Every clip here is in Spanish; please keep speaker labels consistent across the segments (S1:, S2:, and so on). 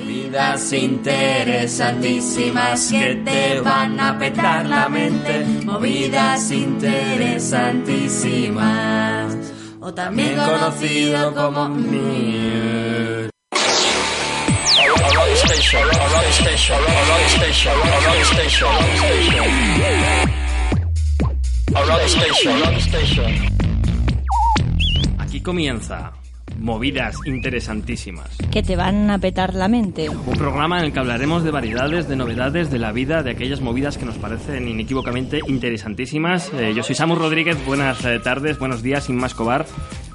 S1: Movidas interesantísimas que te van a petar la mente. Movidas interesantísimas. O también conocido como Mir.
S2: Aquí comienza Movidas Interesantísimas.
S3: Que te van a petar la mente.
S2: Un programa en el que hablaremos de variedades, de novedades, de la vida, de aquellas movidas que nos parecen inequívocamente interesantísimas. Eh, yo soy Samu Rodríguez, buenas eh, tardes, buenos días, sin más cobar.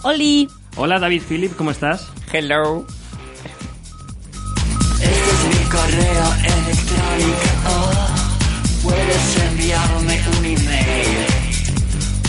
S3: ¡Oli!
S2: Hola David Philip, ¿cómo estás?
S4: Hello.
S1: Este es mi correo electrónico. puedes enviarme un email.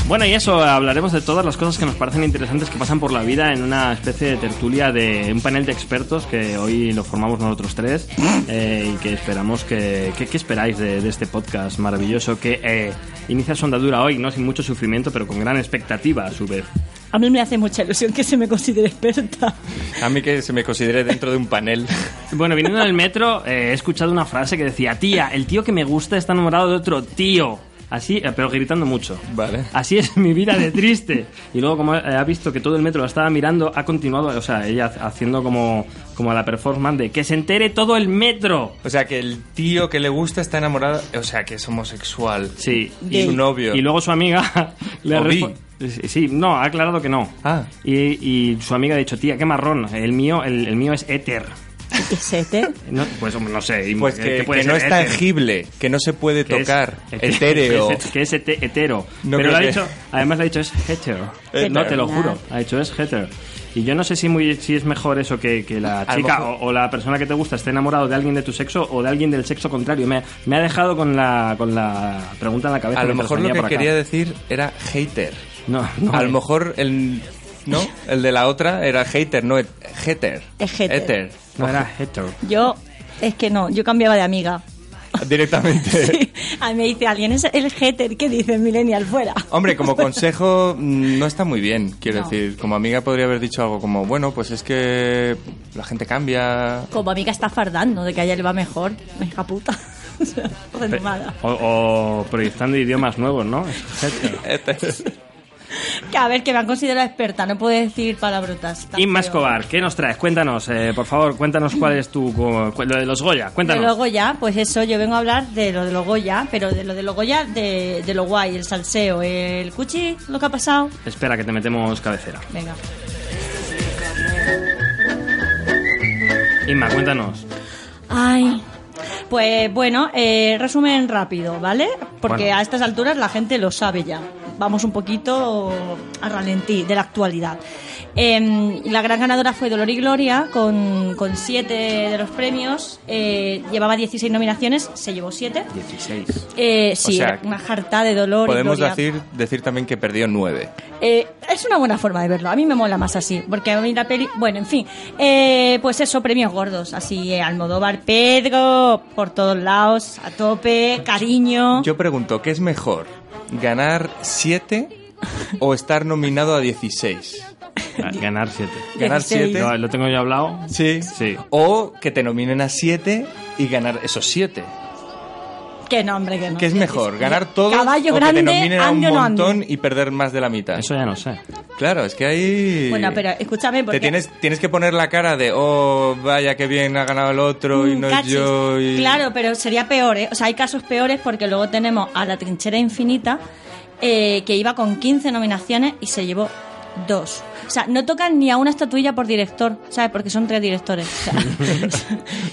S2: Bueno, y eso, hablaremos de todas las cosas que nos parecen interesantes que pasan por la vida en una especie de tertulia de un panel de expertos que hoy lo formamos nosotros tres eh, y que esperamos que... ¿Qué, qué esperáis de, de este podcast maravilloso que eh, inicia su andadura hoy, no sin mucho sufrimiento, pero con gran expectativa a su vez?
S3: A mí me hace mucha ilusión que se me considere experta.
S4: A mí que se me considere dentro de un panel.
S2: Bueno, viniendo en el metro eh, he escuchado una frase que decía, tía, el tío que me gusta está enamorado de otro tío. Así, eh, pero gritando mucho.
S4: Vale.
S2: Así es mi vida de triste. Y luego, como eh, ha visto que todo el metro la estaba mirando, ha continuado, o sea, ella ha- haciendo como, como la performance de que se entere todo el metro.
S4: O sea, que el tío que le gusta está enamorado. O sea, que es homosexual.
S2: Sí.
S4: Y su novio.
S2: Y luego su amiga le ha
S4: O
S2: respo- Sí, no, ha aclarado que no.
S4: Ah.
S2: Y, y su amiga ha dicho, tía, qué marrón. El mío, el, el mío es éter.
S3: Sete.
S2: No, pues hombre, no sé.
S4: Pues
S2: ¿qué-
S4: que,
S2: qué puede
S4: que no
S2: ser
S4: es
S2: éter?
S4: tangible, que no se puede
S2: Que es-
S4: tocar.
S2: que es-
S4: etéreo.
S2: Que es, que es hete- hetero.
S4: No
S2: Pero lo ha
S4: creo que-
S2: dicho, además le ha dicho es hetero.
S4: Hetero.
S2: No, te lo juro. Ha dicho es hetero. Y yo no sé si, muy, si es mejor eso que, que la
S4: A lo
S2: chica
S4: mejor-
S2: o, o la persona que te gusta esté enamorado de alguien de tu sexo o de alguien del sexo contrario. Me, me ha dejado con la, con la pregunta en la cabeza.
S4: a lo
S2: mientras
S4: mejor
S2: venía
S4: lo que
S2: por acá.
S4: quería decir era hater.
S2: No, no. eh,
S4: A lo mejor el. ¿No? El de la otra era hater, no et- hater.
S3: Es hater.
S4: Hater.
S2: No era hetero.
S3: Yo, es que no, yo cambiaba de amiga.
S4: Directamente.
S3: A mí me dice alguien, es el hater que dice Millennial fuera.
S4: Hombre, como consejo mm, no está muy bien, quiero
S3: No.
S4: decir. Como amiga podría haber dicho algo como, bueno, pues es que la gente cambia.
S3: Como amiga está fardando de que a ella le va mejor. Me hija puta. O sea, renomada.
S2: O, o proyectando idiomas nuevos, ¿no? Es hetero.
S3: Que a ver, que me han considerado experta, no puedo decir palabrotas. tan
S2: Inma
S3: feo.
S2: Escobar, ¿qué nos traes? Cuéntanos, eh, por favor, cuéntanos cuál es tu... cu- cu- Lo de los Goya,
S3: De
S2: cuéntanos.
S3: lo Goya, pues eso, yo vengo a hablar de lo de lo Goya, pero de lo de lo Goya, de, de lo guay, el salseo, el cuchi, lo que ha pasado.
S2: Espera, que te metemos cabecera.
S3: Venga.
S2: Inma, cuéntanos.
S3: Ay. Pues bueno, eh, resumen rápido, ¿vale? Porque
S2: Bueno.
S3: a estas alturas la gente lo sabe ya. Vamos un poquito a ralentí de la actualidad. Em, la gran ganadora fue Dolor y Gloria con, con siete de los premios. Eh, llevaba 16 nominaciones, se llevó siete.
S2: 16.
S3: Eh, sí,
S4: sea,
S3: era una jarta de Dolor y
S4: Podemos
S3: Gloria.
S4: decir, decir también que perdió nueve.
S3: Eh, es una buena forma de verlo. A mí me mola más así, porque a mí la peli. Bueno, en fin. Eh, pues eso, premios gordos. Así, eh, Almodóvar, Pedro, por todos lados, a tope, cariño.
S4: Yo pregunto, ¿qué es mejor? ¿Ganar siete o estar nominado a 16?
S2: Ganar 7.
S4: ¿Ganar
S3: 16.
S4: siete?
S2: Lo, lo tengo yo hablado.
S4: Sí.
S2: Sí.
S4: O que te nominen a siete y ganar esos siete.
S3: Qué nombre, qué nombre.
S4: ¿Qué es mejor? ¿Ganar todo
S3: Caballo
S4: o que
S3: grande,
S4: te nominen a un
S3: ande o no ande.
S4: montón y perder más de la mitad?
S2: Eso ya no sé.
S4: Claro, es que ahí...
S3: Bueno, pero escúchame, porque.
S4: Te tienes, tienes que poner la cara de, oh, vaya, que bien ha ganado el otro y
S3: Mm,
S4: no
S3: cachis.
S4: yo. Y...
S3: Claro, pero sería peor, ¿eh? O sea, hay casos peores porque luego tenemos a la trinchera infinita eh, que iba con 15 nominaciones y se llevó dos. O sea, no tocan ni a una estatuilla por director, ¿sabes? Porque son tres directores. o sea.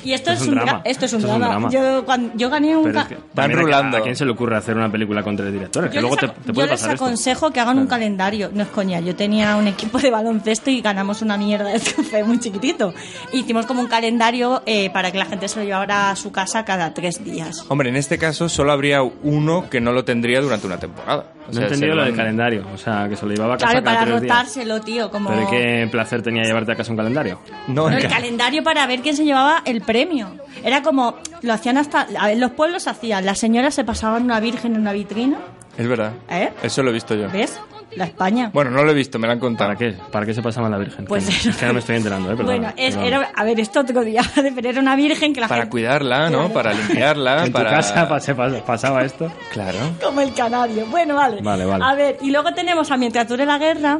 S3: y esto, es, un dra-
S2: drama.
S3: esto es un
S2: Esto es un drama.
S3: drama. Yo, cuan- yo gané un...
S2: Pero
S3: ca-
S2: es que también a-
S4: rulando.
S2: ¿A quién se le ocurre hacer una película con tres directores?
S3: yo
S2: que luego
S3: les,
S2: te,
S3: ac-
S2: te
S3: yo
S2: puede
S3: les
S2: pasar esto.
S3: aconsejo que hagan un calendario. No es coña, yo tenía un equipo de baloncesto y ganamos una mierda de café muy chiquitito. Hicimos como un calendario eh, para que la gente se lo llevara a su casa cada tres días.
S4: Hombre, en este caso solo habría uno que no lo tendría durante una temporada. O
S2: No
S4: sea,
S2: he entendido
S4: se
S2: lo
S4: van-
S2: del calendario. O sea, que se lo llevaba a casa
S3: Claro,
S2: cada
S3: para
S2: tres días.
S3: rotárselo, tío, como...
S2: Pero ¿y qué placer tenía llevarte a casa un calendario?
S4: No,
S3: No, el
S4: ca-
S3: calendario para ver quién se llevaba el premio. Era como, lo hacían hasta, a ver, los pueblos hacían, las señoras se pasaban una virgen en una vitrina,
S4: es verdad.
S3: ¿eh?
S4: Eso lo he visto yo.
S3: ¿Ves? La España.
S4: Bueno, no lo he visto, me lo han contado.
S2: ¿Para qué? ¿Para qué se pasaba la Virgen?
S3: Pues
S2: Que-
S3: era-
S2: que no me estoy enterando, ¿eh? Perdona,
S3: bueno, es-
S2: perdona.
S3: era, a ver, esto otro día, pero era una virgen que la
S4: Para
S3: gente-
S4: cuidarla, ¿no? Para limpiarla,
S2: En
S4: para...
S2: tu casa pa- se pas- pasaba esto.
S4: Claro.
S3: Como el canario. Bueno, vale.
S2: Vale, vale.
S3: A ver, y luego tenemos a Mientras dure la guerra,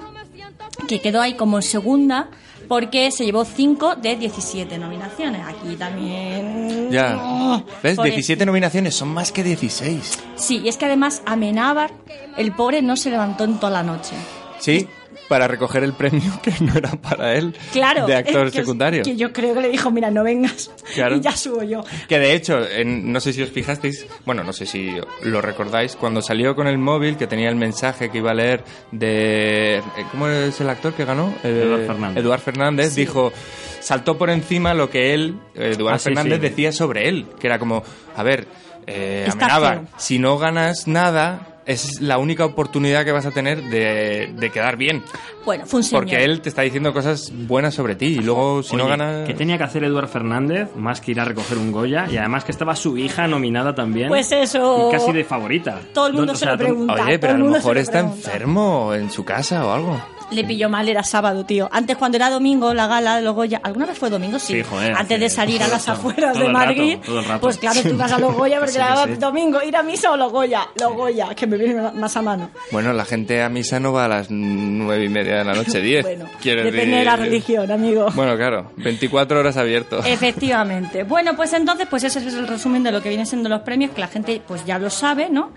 S3: que quedó ahí como en segunda, porque se llevó 5 de 17 nominaciones. Aquí también...
S4: Ya. ¿Ves?
S3: Porque-
S4: 17 nominaciones, son más que 16.
S3: Sí, y es que además Amenábar, el pobre, no se levantó en toda la noche.
S4: Sí, para recoger el premio que no era para él.
S3: Claro.
S4: De actor
S3: es que-
S4: secundario.
S3: Que yo creo que le dijo, mira, no vengas.
S4: Claro.
S3: Y ya subo yo.
S4: Que de hecho, en- no sé si os fijasteis, bueno, no sé si lo recordáis, cuando salió con el móvil que tenía el mensaje que iba a leer de... eh, ¿Cómo es el actor que ganó? Eh,
S2: Eduard Fernández.
S4: Eduard Fernández dijo, saltó por encima lo que él, eh, Eduard
S2: Ah, sí,
S4: Fernández,
S2: sí.
S4: decía sobre él, que era como, a ver, eh,
S3: Está
S4: Amenábar,
S3: feo.
S4: si no ganas nada, es la única oportunidad que vas a tener de, de quedar bien,
S3: Bueno, fue un señor.
S4: porque él te está diciendo cosas buenas sobre ti y luego si no
S2: Oye,
S4: ganas...
S2: ¿Qué tenía que hacer Eduard Fernández más que ir a recoger un Goya? Y además que estaba su hija nominada también.
S3: Pues eso.
S2: Y casi de favorita.
S3: Todo el mundo
S2: o
S3: se
S2: sea,
S3: lo
S2: todo-
S3: pregunta.
S4: Oye,
S3: todo
S4: pero a
S3: el
S4: lo
S3: mundo
S4: mejor
S3: se
S4: está
S3: pregunta.
S4: enfermo en su casa o algo.
S3: Le pilló mal, era sábado, tío. Antes, cuando era domingo, la gala de los Goya. ¿Alguna vez fue domingo? Sí.
S2: Sí, joder,
S3: Antes de
S2: sí.
S3: salir a las
S2: Todo-
S3: afueras
S2: todo
S3: de
S2: el
S3: Madrid,
S2: rato, todo el rato.
S3: pues claro, tú vas a los Goya porque
S2: Sí, sí,
S3: era
S2: sí.
S3: domingo. Ir a misa o los Goya. Los Goya, que me viene más a mano.
S4: Bueno, la gente a misa no va a las nueve y media de la noche, diez.
S3: Bueno,
S4: quiero
S3: depende
S4: decir.
S3: de la religión, Eh, amigo.
S4: Bueno, claro, 24 horas abierto.
S3: Efectivamente. Bueno, pues entonces, pues ese es el resumen de lo que vienen siendo los premios, que la gente pues ya lo sabe, ¿no?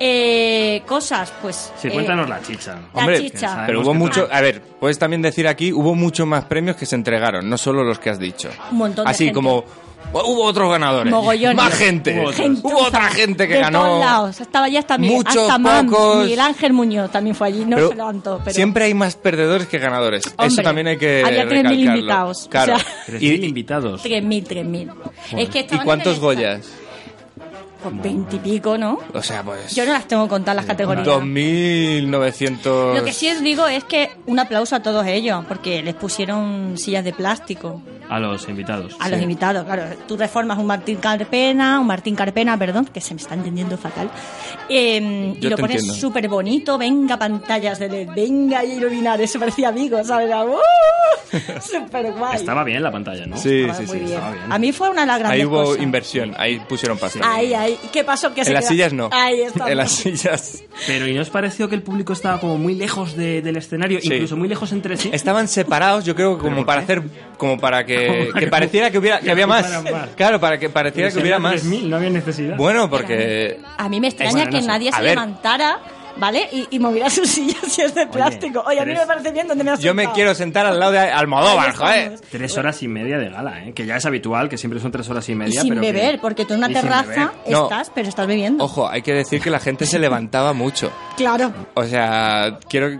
S3: Eh, cosas, pues...
S2: Sí,
S3: eh,
S2: cuéntanos la chicha.
S3: La
S4: Hombre,
S3: chicha.
S4: pero
S2: Sabemos
S4: hubo
S2: que
S4: mucho,
S2: todo-
S4: a ver, puedes también decir aquí, hubo muchos más premios que se entregaron, no solo los que has dicho.
S3: Un montón de
S4: Así
S3: gente.
S4: como hubo otros ganadores,
S3: Mogollones.
S4: más gente,
S2: Hubo
S4: hubo,
S2: otros.
S3: gentuza,
S4: otra gente que
S3: de
S4: ganó.
S3: todos lados. Estaba ya hasta Miguel,
S4: Muchos,
S3: hasta Mam,
S4: pocos.
S3: Miguel Ángel Muñoz también fue allí, no
S4: Pero
S3: se levantó, pero...
S4: Siempre hay más perdedores que ganadores. Eso
S3: Hombre,
S4: también hay que
S3: había 3.000
S4: recalcarlo.
S3: invitados, o
S4: Claro.
S3: sea.
S2: Y
S4: Y-
S2: invitados.
S3: 3.000, 3.000. Es que
S4: ¿Y
S3: estaban
S4: cuántos
S3: en el-
S4: Goyas?
S3: Pues 20 y pico, ¿no?
S4: O sea, pues...
S3: Yo no las tengo contadas las categorías.
S4: 2.900...
S3: Lo que sí os digo es que un aplauso a todos ellos, porque les pusieron sillas de plástico.
S2: A los invitados.
S3: a los invitados, claro. Tú reformas un Martín Carpena, un Martín Carpena, perdón, que se me está entendiendo fatal. eh, y
S4: Yo
S3: lo
S4: te
S3: pones
S4: entiendo.
S3: súper bonito, venga pantallas de LED, venga y iluminar, eso parecía amigo, ¿sabes? Era, ¡uh! súper guay.
S2: Estaba bien la pantalla, ¿no?
S4: Sí,
S3: Estaba
S4: sí,
S3: muy
S4: sí.
S3: bien.
S2: estaba bien.
S3: A mí fue una de las grandes
S4: Ahí hubo
S3: cosas.
S4: inversión, ahí pusieron pasta.
S3: Ahí, ahí. ¿Qué pasó? Que se
S4: En las
S3: queda-
S4: sillas no.
S3: Ahí está.
S4: En las sillas.
S2: Pero ¿y no os pareció que el público estaba como muy lejos de- del escenario,
S4: Sí.
S2: incluso muy lejos entre sí?
S4: Estaban separados, yo creo, como
S2: por
S4: para
S2: qué?
S4: hacer, como para que,
S2: Como para
S4: que
S2: que-
S4: pareciera que hubiera, que había más.
S2: ocuparan más.
S4: Claro, para que pareciera que
S2: Si
S4: hubiera
S2: había
S4: más.
S2: 3.000, no había necesidad.
S4: Bueno, porque
S3: A mí me extraña
S2: Bueno,
S3: que
S2: no sé.
S3: nadie
S4: A
S3: se
S4: ver.
S3: levantara, ¿vale? Y, y moviera sus sillas si es de plástico. Oye, a mí
S2: pero
S3: me
S2: es-
S3: parece bien donde me has
S4: yo me
S3: sentado.
S4: quiero sentar al lado de
S3: Ahí
S4: Almodóvar,
S3: estamos.
S4: joder.
S2: Tres horas y media de gala, ¿eh? que ya es habitual, que siempre son tres horas y
S3: Y
S2: media.
S3: sin
S2: pero que-
S3: beber, porque tú en una
S2: Y sin
S3: terraza
S2: beber.
S4: No.
S3: estás, pero estás bebiendo.
S4: Ojo, hay que decir que la gente se levantaba mucho.
S3: Claro.
S4: O sea, quiero,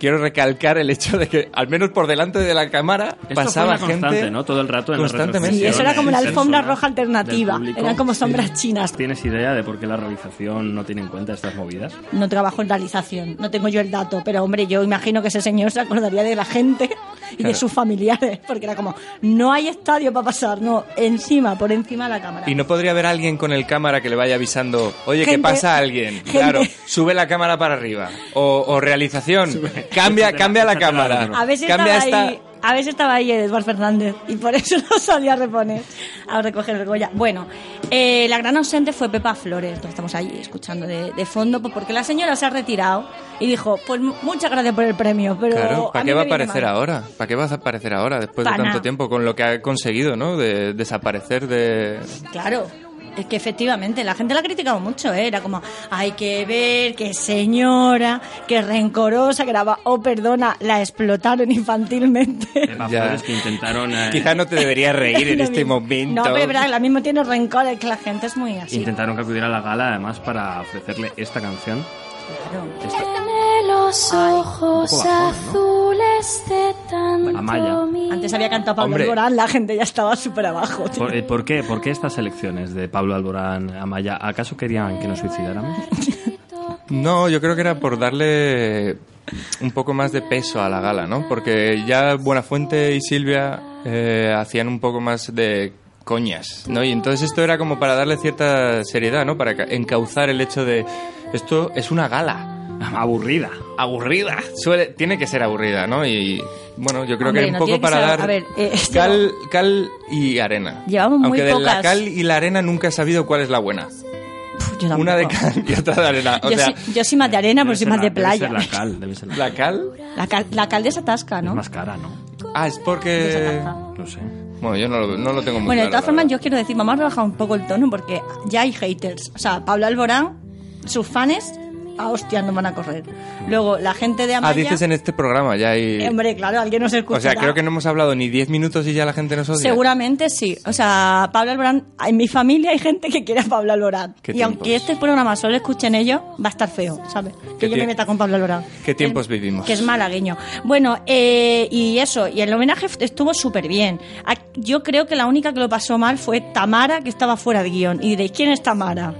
S4: quiero recalcar el hecho de que, al menos por delante de la cámara,
S2: Esto
S4: pasaba
S2: fue una constante,
S4: gente.
S2: ¿no? Todo el rato en las
S4: Constantemente.
S3: Sí, eso era como la
S2: retransmisiones,
S3: alfombra
S2: personas
S3: roja alternativa.
S2: del público.
S3: Eran como sombras chinas.
S2: ¿Tienes idea de por qué la realización no tiene en cuenta estas movidas?
S3: No trabajo en realización, no tengo yo el dato, pero hombre, yo imagino que ese señor se acordaría de la gente y de sus familiares, porque era como, no hay estadio para pasar, no, encima, por encima de la cámara.
S4: Y no podría haber alguien con el cámara que le vaya avisando, oye, que
S3: Gente.
S4: pasa alguien.
S3: Gente.
S4: Claro, sube la cámara para arriba. O, o realización, cambia, cambia la cámara.
S3: a veces
S4: Cambia
S3: estaba
S4: esta.
S3: ahí. A veces estaba ahí Eduardo Fernández y por eso no salía a reponer, a recoger el Goya. Bueno, eh, la gran ausente fue Pepa Flores, lo estamos ahí escuchando de, de fondo, pues porque la señora se ha retirado y dijo, pues mu- muchas gracias por el premio, pero...
S4: Claro, ¿para
S3: mí
S4: qué
S3: me
S4: va a
S3: viene
S4: aparecer
S3: mal".
S4: ahora? ¿Para qué vas a aparecer ahora después
S3: Pa'
S4: de tanto
S3: nada.
S4: tiempo con lo que ha conseguido, ¿no? De desaparecer de.
S3: Claro. Es que efectivamente la gente la ha criticado mucho, ¿eh? era como, hay que ver, qué señora, qué rencorosa, que era, va- oh perdona, la explotaron infantilmente.
S2: Pepa
S4: Ya.
S2: Flores que intentaron, eh,
S4: Quizás no te deberías reír en
S3: Ah. Lo
S4: este
S3: mismo.
S4: momento.
S3: No, pero es verdad, que la misma tiene rencor, es que la gente es muy así.
S2: intentaron que acudiera a la gala además para ofrecerle esta canción.
S3: Claro.
S5: Tiene los ojos
S2: Este. poco bajón, ¿no?
S5: azules de tanto
S2: Amaya.
S5: mirar.
S3: Antes había cantado Pablo
S4: Hombre.
S3: Alborán, la gente ya estaba súper abajo. tío.
S2: ¿Por, eh, por qué? ¿Por qué estas elecciones de Pablo Alborán Amaya? ¿Acaso querían que nos suicidáramos?
S4: No, yo creo que era por darle un poco más de peso a la gala, ¿no? Porque ya Buenafuente y Silvia eh, hacían un poco más de coñas, ¿no? Y entonces esto era como para darle cierta seriedad, ¿no? Para ca- encauzar el hecho de esto es una gala.
S2: aburrida.
S3: Ah,
S4: aburrida. Suele, tiene que ser aburrida, ¿no? Y bueno, yo creo
S3: Hombre,
S4: que un
S3: no
S4: poco
S3: tiene que
S4: para
S3: ser-
S4: dar
S3: a ver, eh,
S4: cal, cal y arena.
S3: Llevamos muy
S4: Aunque de la
S3: pocas.
S4: cal y la arena nunca he sabido cuál es la buena.
S3: Puf, yo tampoco.
S4: Una de cal y otra de arena. O
S3: yo,
S4: sea,
S3: sí, yo sí más de arena,
S2: Debe
S3: pero soy
S2: ser
S3: más
S2: la-
S3: de
S2: debe
S3: playa.
S2: ser la cal, debe ser la
S4: la cal.
S3: La, cal, la cal desatasca,
S2: Es
S3: ¿no?
S2: más cara, ¿no?
S4: Ah, es porque.
S3: Desatasca.
S2: No sé.
S4: Bueno, yo no lo, no lo tengo muy
S3: Bueno, de
S4: claro,
S3: todas
S4: la
S3: formas,
S4: verdad.
S3: yo quiero decir, vamos a rebajar un poco el tono porque ya hay haters. O sea, Pablo Alborán, sus fans, a hostia, no van a correr. Luego, la gente de Amaya...
S4: Ah, dices en este programa ya hay.
S3: Eh, Hombre, claro, alguien nos escucha.
S4: o sea, creo que no hemos hablado ni 10 minutos y ya la gente nos odia.
S3: Seguramente sí. O sea, Pablo Alborán, en mi familia hay gente que quiere a Pablo Alborán. Y
S4: ¿Qué
S3: aunque
S4: tiempos?
S3: este programa solo escuchen ellos, va a estar feo, ¿sabes? Que
S4: ¿Qué
S3: yo me
S4: tie-
S3: meta con Pablo Alborán.
S4: ¿Qué tiempos
S3: Que-
S4: vivimos?
S3: Que es malagueño. Bueno, eh, y eso, y el homenaje estuvo súper bien. A- Yo creo que la única que lo pasó mal fue Tamara, que estaba fuera de guión. Y diréis, ¿quién es Tamara?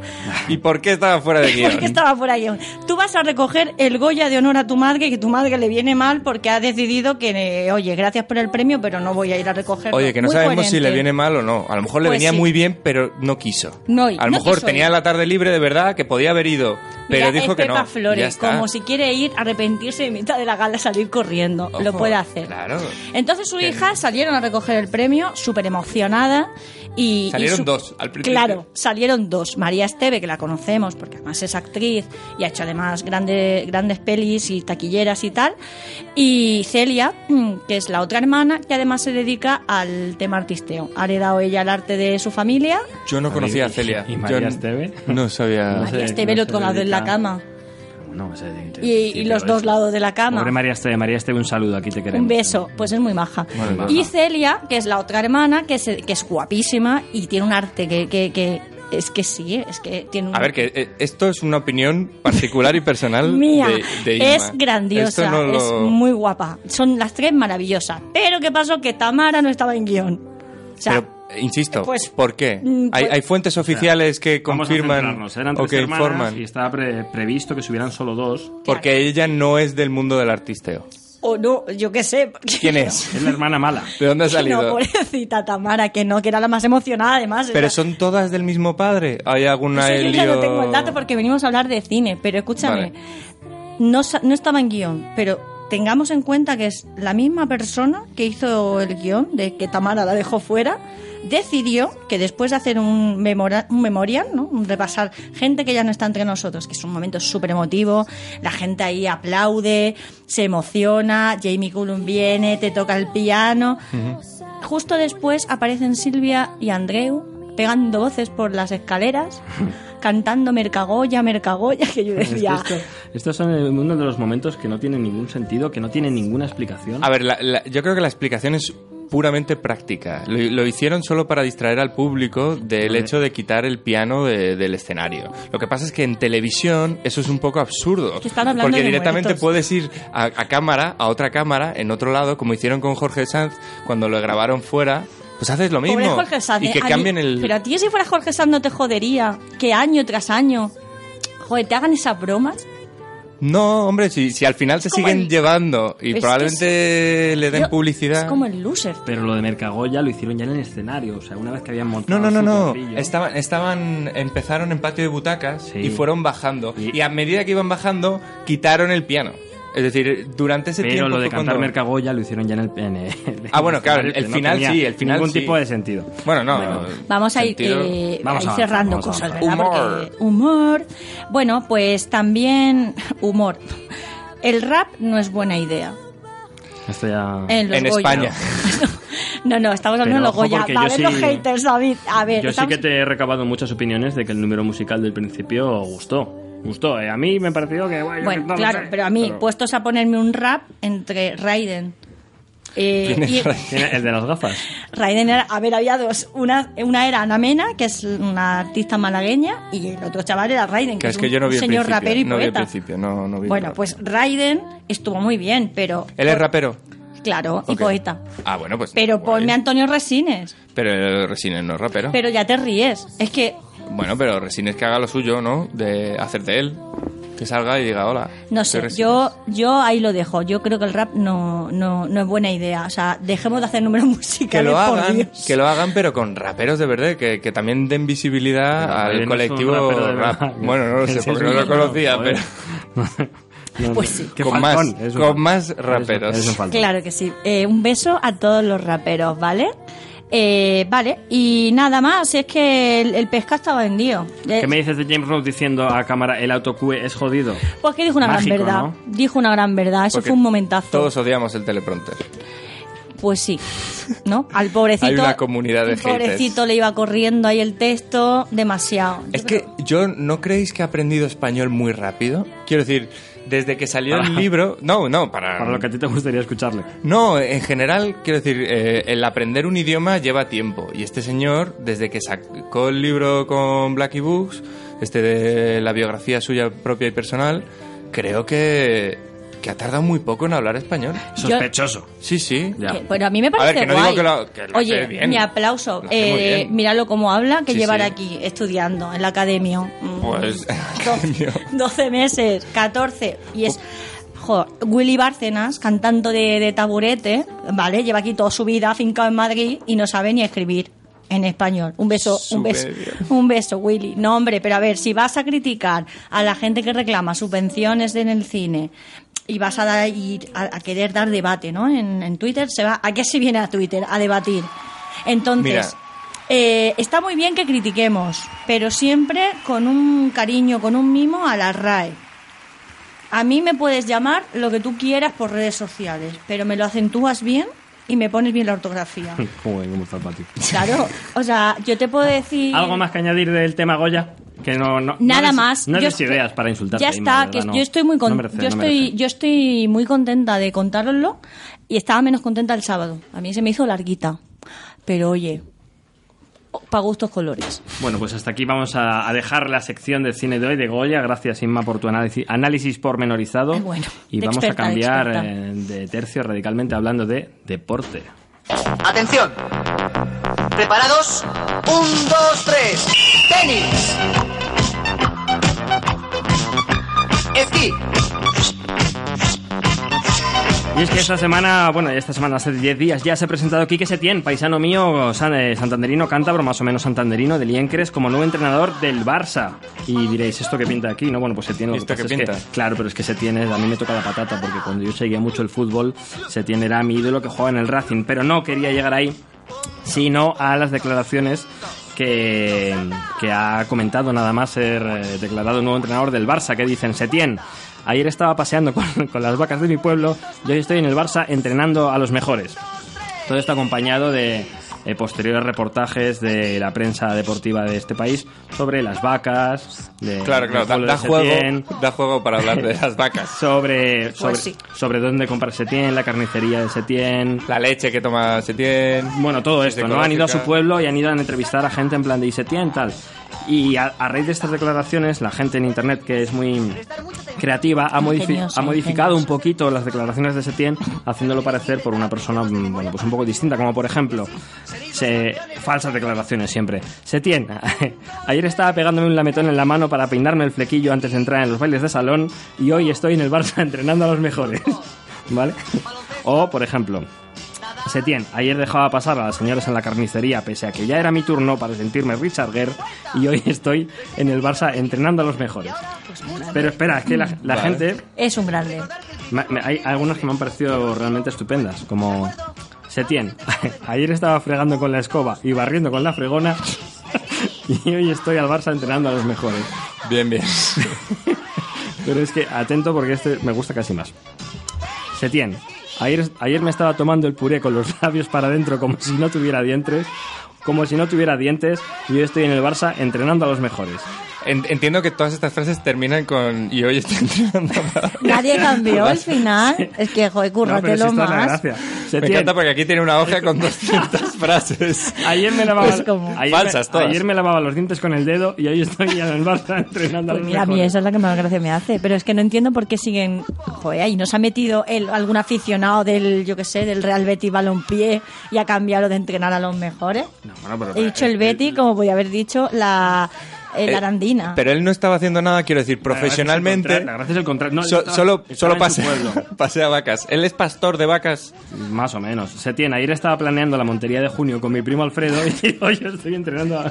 S4: ¿Y por qué estaba fuera de guión?
S3: Porque estaba fuera de guión. Tú vas a recoger el Goya de honor a tu madre, que tu madre le viene mal porque ha decidido que, eh, oye, gracias por el premio, pero no voy a ir a recogerlo.
S4: Oye, que no
S3: Muy
S4: sabemos si
S3: coherente.
S4: le viene mal o no. A lo mejor le
S3: Pues
S4: venía
S3: sí.
S4: muy bien, pero no quiso.
S3: No,
S4: a
S3: y
S4: lo
S3: no
S4: mejor
S3: quiso
S4: tenía
S3: ir.
S4: la tarde libre de verdad, que podía haber ido, pero
S3: Mira,
S4: dijo
S3: es
S4: que
S3: Pepa
S4: no. Y ya
S3: Flores,
S4: está.
S3: como si quiere ir, arrepentirse en mitad de la gala, salir corriendo. lo
S4: Ojo,
S3: puede hacer.
S4: claro.
S3: Entonces su
S4: Que-
S3: hija salieron a recoger el premio, súper emocionada. Y, y
S4: Salieron
S3: su-
S4: dos, al principio.
S3: Claro, salieron dos. María Esteve, que la conocemos porque además es actriz y ha hecho además grandes grandes pelis y taquilleras y tal. Y Celia, mm, que es la otra hermana, que además se dedica al tema artisteo. Ha heredado ella el arte de su familia.
S4: Yo no conocía a
S2: ¿Y-
S4: Celia.
S2: y
S4: Yo
S2: María
S4: no-
S2: Esteve?
S4: No sabía.
S2: No sé.
S3: María Esteve
S2: no
S3: lo
S2: se
S3: colgado en la
S2: dedica-
S3: cama.
S2: No, ese- ese-
S3: Y, y
S2: sí,
S3: los
S2: pero
S3: dos
S2: es-
S3: lados de la cama.
S2: Pobre María Esteve, María Esteve, un saludo, aquí te queremos.
S3: Un beso, pues es muy maja.
S4: Muy maja.
S3: Y Celia, que es la otra hermana, que es, que es guapísima y tiene un arte que, que, que- es que sí, es que tiene un...
S4: A ver, que eh, esto es una opinión particular y personal
S3: Mía,
S4: de, de Inma.
S3: es grandiosa,
S4: Esto no lo-
S3: es muy guapa. Son las tres maravillosas. Pero ¿qué pasó? Que Tamara no estaba en guión. O sea,
S4: Pero, eh, insisto,
S3: pues-
S4: ¿por qué?
S3: Mm,
S4: ¿Hay,
S3: pues-
S4: hay fuentes oficiales que
S2: Vamos a
S4: confirman
S2: centrarnos, Eran
S4: o
S2: tres
S4: que
S2: hermanas
S4: informan?
S2: y estaba pre- previsto que subieran solo dos.
S4: Porque ella no es del mundo del artisteo.
S3: o no, yo qué sé. porque-
S4: ¿Quién es?
S2: Es la hermana mala.
S4: ¿De dónde ha
S3: Que
S4: salido?
S3: No, pobrecita Tamara, que no, que era la más emocionada además.
S4: Pero
S3: Era-
S4: son todas del mismo padre. Hay alguna
S3: Eso Pues yo ya
S4: lío-
S3: no tengo el dato porque venimos a hablar de cine, pero escúchame,
S4: Vale.
S3: no, sa- no estaba en guión, pero tengamos en cuenta que es la misma persona que hizo el guión, de que Tamara la dejó fuera, decidió que después de hacer un, memora- un memorial, ¿no? un repasar gente que ya no está entre nosotros, que es un momento súper emotivo, la gente ahí aplaude, se emociona, Jamie Cullum viene, te toca el piano, Justo después aparecen Silvia y Andreu pegando voces por las escaleras, cantando Mercagoya, Mercagoya, que yo
S2: Es que
S3: decía...
S2: esto- estos son eh, uno de los momentos que no tienen ningún sentido, que no tienen ninguna explicación.
S4: A ver, la- la- yo creo que la explicación es puramente práctica. Lo, lo hicieron solo para distraer al público del hecho de quitar el piano de- del escenario. Lo que pasa es que en televisión eso es un poco absurdo.
S3: Que están hablando
S4: porque
S3: de
S4: directamente
S3: muertos.
S4: puedes ir a, a cámara, a otra cámara, en otro lado, como hicieron con Jorge Sanz cuando lo grabaron fuera. Pues haces lo mismo.
S3: Pobre Jorge Sanz,
S4: y
S3: ¿eh?
S4: que
S3: A mí-
S4: cambien el...
S3: Pero a ti si fuera Jorge Sanz no te jodería que año tras año... Joder, te hagan esas bromas.
S4: No, hombre, si, si al final se
S3: como
S4: siguen
S3: el-
S4: llevando y
S3: Es que
S4: probablemente le den
S3: Yo-
S4: publicidad...
S3: Es como el loser.
S2: Pero lo de Mercagoya lo hicieron ya en el escenario, o sea, una vez que habían
S4: No,
S2: montado.
S4: no, no,
S2: su
S4: no.
S2: corrillo.
S4: Estaban, estaban, empezaron en patio de butacas
S2: Sí.
S4: y fueron bajando.
S2: Y-
S4: Y, a medida que iban bajando, quitaron el piano. Es decir, durante ese tiempo.
S2: Pero lo de
S4: fue
S2: cantar
S4: cuando-
S2: Mercagoya lo hicieron ya en el. en el-
S4: Ah, bueno, claro, el-
S2: que
S4: el
S2: no
S4: final
S2: tenía
S4: sí, el final
S2: Ningún
S4: sí.
S2: tipo de sentido.
S4: Bueno, no.
S3: Vamos a ir
S4: sentido-
S3: eh,
S2: Vamos
S3: a ir
S2: a avanzar,
S3: cerrando
S2: vamos a
S3: cosas,
S2: avanzar.
S3: ¿verdad?
S4: Humor.
S3: Porque- humor. Bueno, pues también humor. El rap no es buena idea.
S2: Esto ya.
S3: En, los
S4: En
S3: Goya.
S4: España.
S3: no, no, estamos hablando
S2: Pero
S3: de los
S2: ojo,
S3: Goya.
S2: porque
S3: Va a
S2: yo
S3: haber
S2: sí-
S3: los haters, David. A ver,
S2: Yo sí
S3: estamos-
S2: que te he recabado muchas opiniones de que el número musical del principio gustó. Gustó, eh. a mí me pareció que. Bueno,
S3: Bueno,
S2: no lo
S3: claro,
S2: sé,
S3: pero a mí, pues- puestos a ponerme un rap entre Raiden. eh, y-
S2: Tiene El de las gafas.
S3: Raiden era, a ver, había dos. Una, una era Ana Mena, que es una artista malagueña, y el otro chaval era Raiden, que,
S4: Que es que yo no vi
S3: un
S4: el
S3: señor
S4: principio.
S3: rapero y
S4: no vi el
S3: poeta.
S4: principio, no, no vi el
S3: bueno,
S4: rap.
S3: pues Raiden estuvo muy bien, pero.
S4: Él es rapero.
S3: Claro, y
S4: Ok.
S3: poeta.
S4: Ah, bueno, pues.
S3: Pero
S4: guay.
S3: ponme a Antonio Resines.
S4: Pero Resines no es rapero.
S3: Pero ya te ríes. Es que
S4: Bueno, pero Resines que haga lo suyo, ¿no? De hacer de él. Que salga y diga hola.
S3: No
S4: soy
S3: sé,
S4: Resines.
S3: yo, yo ahí lo dejo. Yo creo que el rap no, no, no es buena idea. O sea, dejemos de hacer números
S4: que lo
S3: musicales, por
S4: hagan,
S3: Dios.
S4: que lo hagan, pero con raperos de verdad, que, que también den visibilidad
S2: Pero
S4: Ah, al
S2: Raiden es un
S4: colectivo
S2: rapero de
S4: rap.
S2: verdad.
S4: Bueno, no lo
S2: Sí,
S4: sé,
S2: sí,
S4: porque
S2: sí,
S4: no lo
S2: no,
S4: conocía,
S2: joder.
S4: pero
S2: No,
S3: Pues sí.
S2: qué
S4: Con
S2: faltón,
S4: más-
S2: eres un
S4: con
S2: faltón.
S4: más
S2: Eres un-
S4: raperos.
S2: eres un faltón.
S3: Claro que sí. Eh, un beso a todos los raperos, ¿vale? Eh, vale, y nada más, es que el, el pesca estaba vendido. Eh,
S2: ¿Qué me dices de James Ross diciendo a cámara el autocue es jodido?
S3: Pues que dijo una gran
S2: Mágico,
S3: verdad.
S2: ¿no?
S3: Dijo una gran verdad, eso
S4: Porque
S3: fue un momentazo.
S4: Todos odiamos el teleprompter.
S3: Pues sí, ¿no? Al pobrecito.
S4: Hay una comunidad de
S3: al pobrecito
S4: haters.
S3: le iba corriendo ahí el texto, demasiado.
S4: Es
S3: Yo
S4: que
S3: creo-
S4: yo no creéis que he aprendido español muy rápido. Quiero decir, desde que salió el libro. No, no, para.
S2: Para lo que a ti te gustaría escucharle.
S4: No, en general, quiero decir, eh, el aprender un idioma lleva tiempo. Y este señor, desde que sacó el libro con Blackie Books, este de la biografía suya propia y personal, creo que, que ha tardado muy poco en hablar español.
S2: Sospechoso.
S4: Sí, sí.
S2: Ya.
S3: que- bueno, a mí me
S4: ver,
S3: parece
S4: que no
S3: guay.
S4: digo que lo- que lo
S3: Oye,
S4: hace bien.
S3: mi aplauso.
S4: Lo hace muy
S3: Eh,
S4: bien.
S3: míralo cómo habla, que
S4: Sí,
S3: llevar
S4: sí.
S3: aquí estudiando en la academia. Mm,
S4: Pues,
S3: do- 12 meses, 14. Y es. Joder, Willy Bárcenas, cantando de, de taburete, ¿vale? Lleva aquí toda su vida afincado en Madrid y no sabe ni escribir en español. Un beso, un beso,
S4: Soberbia.
S3: un beso, Willy. No, hombre, pero a ver, si vas a criticar a la gente que reclama subvenciones en el cine y vas a, dar- ir a, a querer dar debate, ¿no? En, en Twitter se va... ¿A qué se viene a Twitter? A debatir. Entonces...
S4: Mira.
S3: eh, está muy bien que critiquemos, pero siempre con un cariño, con un mimo a la RAE. A mí me puedes llamar lo que tú quieras por redes sociales, pero me lo acentúas bien y me pones bien la ortografía.
S2: Joder, cómo está el patio.
S3: Claro, o sea, yo te puedo decir...
S2: ¿Algo más que añadir del tema Goya? Que no, no- no
S3: Nada
S2: des-
S3: más.
S2: No
S3: Yo
S2: des
S3: estoy-
S2: ideas para insultarte.
S3: Ya
S2: Inma, de
S3: está,
S2: verdad,
S3: que
S2: no.
S3: yo estoy muy con-
S2: No merece,
S3: yo
S2: no
S3: estoy
S2: merece.
S3: yo estoy muy contenta de contároslo y estaba menos contenta el sábado. A mí se me hizo larguita. Pero oye, para gustos colores.
S2: Bueno, pues hasta aquí vamos a, a dejar la sección de cine de hoy de Goya. Gracias, Inma, por tu análisis, análisis pormenorizado.
S3: Ay, bueno,
S2: y
S3: de
S2: vamos
S3: experta,
S2: a
S3: de
S2: cambiar
S3: experta.
S2: eh, de tercio radicalmente hablando de deporte.
S6: Atención. ¿Preparados? Un, dos, tres. Tenis. Esquí.
S2: Y es que esta semana, bueno, esta semana hace 10 días ya se ha presentado Quique Setién, paisano mío, san- eh, santanderino, cántabro, más o menos santanderino, de Liencres, como nuevo entrenador del Barça. Y diréis, ¿esto que pinta aquí? No, bueno, pues Setién lo que
S4: ¿Esto
S2: pasa
S4: qué
S2: es que-
S4: pinta?
S2: claro, pero es que Setién, es- a mí me toca la patata, porque cuando yo seguía mucho el fútbol, Setién era mi ídolo que jugaba en el Racing, pero no quería llegar ahí, sino a las declaraciones que, que ha comentado nada más ser eh, declarado nuevo entrenador del Barça, que dicen, Setién, ayer estaba paseando con, con las vacas de mi pueblo y hoy estoy en el Barça entrenando a los mejores. Todo esto acompañado de eh, posteriores reportajes de la prensa deportiva de este país sobre las vacas, de,
S4: claro, claro,
S2: del
S4: da,
S2: pueblo
S4: da
S2: de Setién,
S4: juego, da juego para hablar de las vacas.
S2: sobre, sobre,
S3: sí.
S2: sobre dónde comprar Setién, la carnicería de Setién,
S4: La leche que toma Setién.
S2: bueno, todo esto, ¿no? Han ido a su pueblo y han ido a entrevistar a gente en plan de Isetien, tal. Y a, a raíz de estas declaraciones, la gente en internet, que es muy creativa, ha, modifi-
S3: Ingeniosa,
S2: ha modificado
S3: ingeniosa.
S2: un poquito las declaraciones de Setién, haciéndolo parecer por una persona, mm, bueno, pues un poco distinta, como por ejemplo, se- falsas declaraciones siempre. Setién, ayer estaba pegándome un lametón en la mano para peinarme el flequillo antes de entrar en los bailes de salón y hoy estoy en el Barça entrenando a los mejores, ¿vale? O, por ejemplo, Setién, ayer dejaba pasar a las señoras en la carnicería pese a que ya era mi turno para sentirme Richard Gere y hoy estoy en el Barça entrenando a los mejores. Pero espera, es que la, la
S4: Vale.
S2: gente...
S3: Es un grande.
S2: ma- me- hay algunas que me han parecido realmente estupendas, como... Setién, ayer estaba fregando con la escoba y barriendo con la fregona y hoy estoy al Barça entrenando a los mejores.
S4: Bien, bien.
S2: Pero es que atento porque este me gusta casi más. Setién, ayer, ayer me estaba tomando el puré con los labios para adentro como si no tuviera dientes. Como si no tuviera dientes y yo estoy en el Barça entrenando a los mejores.
S4: En- Entiendo que todas estas frases terminan con y hoy está entrenando.
S3: Nadie cambió al final. Es que, joder,
S2: No, pero si
S3: cúrratelo
S2: esta es la
S3: más.
S2: gracia.
S4: Me
S2: Setién,
S4: encanta porque aquí tiene una hoja con 200 frases.
S2: ayer me lavaba,
S3: Es como-
S2: ayer
S4: Falsas
S2: me-
S4: todas.
S2: ayer me lavaba los dientes con el dedo y hoy estoy en el Barça entrenando a
S3: Pues
S2: los
S3: mira, a mí
S2: mejores.
S3: esa es la que más gracia me hace. Pero es que no entiendo por qué siguen. Joder, ahí nos ha metido el, algún aficionado del, yo qué sé, del Real Betis Balompié y ha cambiado de entrenar a los mejores.
S2: No, bueno, pero-
S3: He dicho el Betty, como podía haber dicho la, eh,
S4: Eh,
S3: la arandina.
S4: Pero él no estaba haciendo nada, quiero decir, profesionalmente.
S2: La gracia es el contrato. la gracia
S4: so-
S2: es el contra- no, estaba-
S4: solo
S2: estaba
S4: solo
S2: en su
S4: pasea,
S2: pueblo.
S4: pasea vacas. Él es pastor de vacas.
S2: Más o menos. Se tiene. Ayer estaba planeando la montería de junio con mi primo Alfredo y hoy yo estoy entrenando a-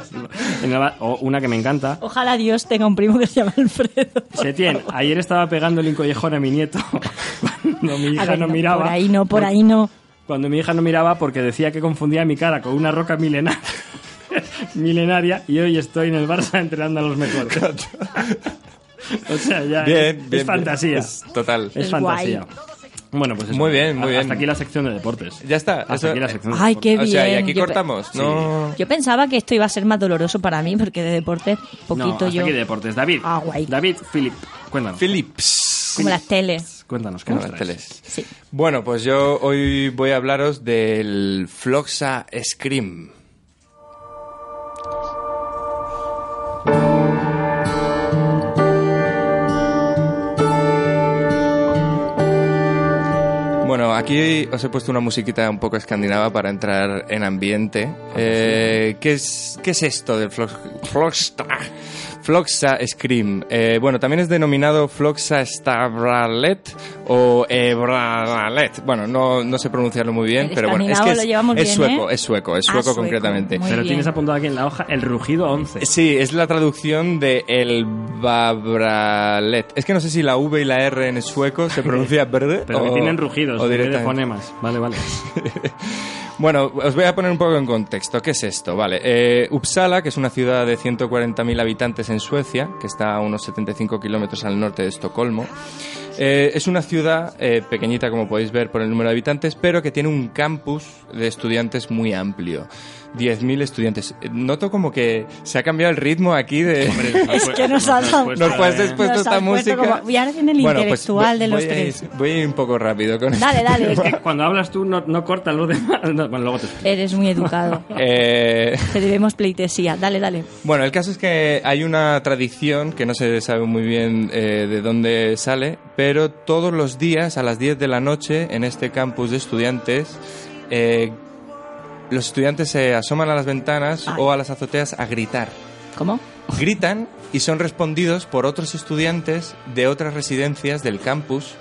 S2: en la- o una que me encanta.
S3: Ojalá Dios tenga un primo que se llame Alfredo.
S2: Setién, ayer estaba pegándole un collejón a mi nieto cuando mi
S3: A
S2: hija
S3: ver,
S2: no,
S3: no,
S2: miraba.
S3: Ah, Por ahí no, por ahí no.
S2: Cuando mi hija no miraba porque decía que confundía mi cara con una roca milenar- milenaria y hoy estoy en el Barça entrenando a los mejores. o sea, ya es-
S4: Bien,
S2: es,
S4: bien, bien.
S2: fantasía.
S4: Es total.
S2: Es
S3: Es
S2: fantasía. Bueno, pues eso.
S4: Muy bien, muy
S2: A-
S4: bien.
S2: Hasta aquí la sección de deportes.
S4: Ya está,
S2: Hasta
S4: eso-
S2: aquí la sección de
S3: Ay,
S2: deportes.
S3: qué
S4: O
S3: bien.
S4: sea, y aquí
S3: Yo pe-
S4: cortamos. No.
S3: Yo pensaba que esto iba a ser más doloroso para mí, porque de deportes,
S2: No,
S3: poquito
S2: hasta
S3: yo.
S2: aquí de deportes. David.
S3: Ah, guay.
S2: David, Philip. Cuéntanos.
S4: Philips.
S3: Como las teles.
S2: Cuéntanos, ¿qué
S4: Con
S2: nos
S4: las
S2: traes?
S4: teles.
S3: Sí.
S4: Bueno, pues yo hoy voy a hablaros del Floxa Scream. Bueno, aquí os he puesto una musiquita un poco escandinava para entrar en ambiente.
S3: Ah,
S4: Eh, ¿qué, es, ¿Qué es esto del Flox- Floxta? Floxa Scream. Eh, bueno, también es denominado Floxa Stavralet o Ebralet. Bueno, no, no sé pronunciarlo muy bien,
S3: El
S4: pero bueno, es
S3: escandinavo
S4: que
S3: lo
S4: es,
S3: llevamos
S4: es
S3: bien,
S4: sueco,
S3: ¿eh?
S4: es sueco, es
S3: Ah,
S4: sueco,
S3: sueco,
S4: concretamente.
S3: muy
S2: Pero
S3: bien.
S2: tienes apuntado aquí en la hoja el rugido 11.
S4: Sí, es la traducción de el babralet. Es que no sé si la V y la R en sueco se pronuncia brr
S2: Pero que
S4: o-
S2: tienen rugidos,
S4: o
S2: en vez de
S4: directamente.
S2: fonemas. Vale, vale.
S4: Bueno, os voy a poner un poco en contexto. ¿Qué es esto? Vale, eh, Uppsala, que es una ciudad de 140.000 habitantes en Suecia, que está a unos 75 kilómetros al norte de Estocolmo, eh, es una ciudad eh, pequeñita, como podéis ver por el número de habitantes, pero que tiene un campus de estudiantes muy amplio. 10.000 estudiantes. Eh, Noto como que se ha cambiado el ritmo aquí de...
S3: Es que nos has dado-
S4: Nos puedes después
S3: Nos
S4: esta
S3: has puesto
S4: música. pues,
S3: como- y ahora viene el intelectual
S4: voy-
S3: de los
S4: voy a
S3: tres.
S4: ir- voy a ir un poco rápido con
S3: Dale,
S4: esto.
S3: dale.
S2: Cuando hablas tú, no, no cortas los demás. No, bueno, luego te explico.
S3: Eres muy educado.
S4: Eh,
S3: Te debemos pleitesía. Dale, dale.
S4: Bueno, el caso es que hay una tradición que no se sabe muy bien eh, de dónde sale, pero todos los días a las 10 de la noche en este campus de estudiantes, eh, los estudiantes se asoman a las ventanas
S3: Ay.
S4: o a las azoteas a gritar.
S3: ¿Cómo?
S4: Gritan y son respondidos por otros estudiantes de otras residencias del campus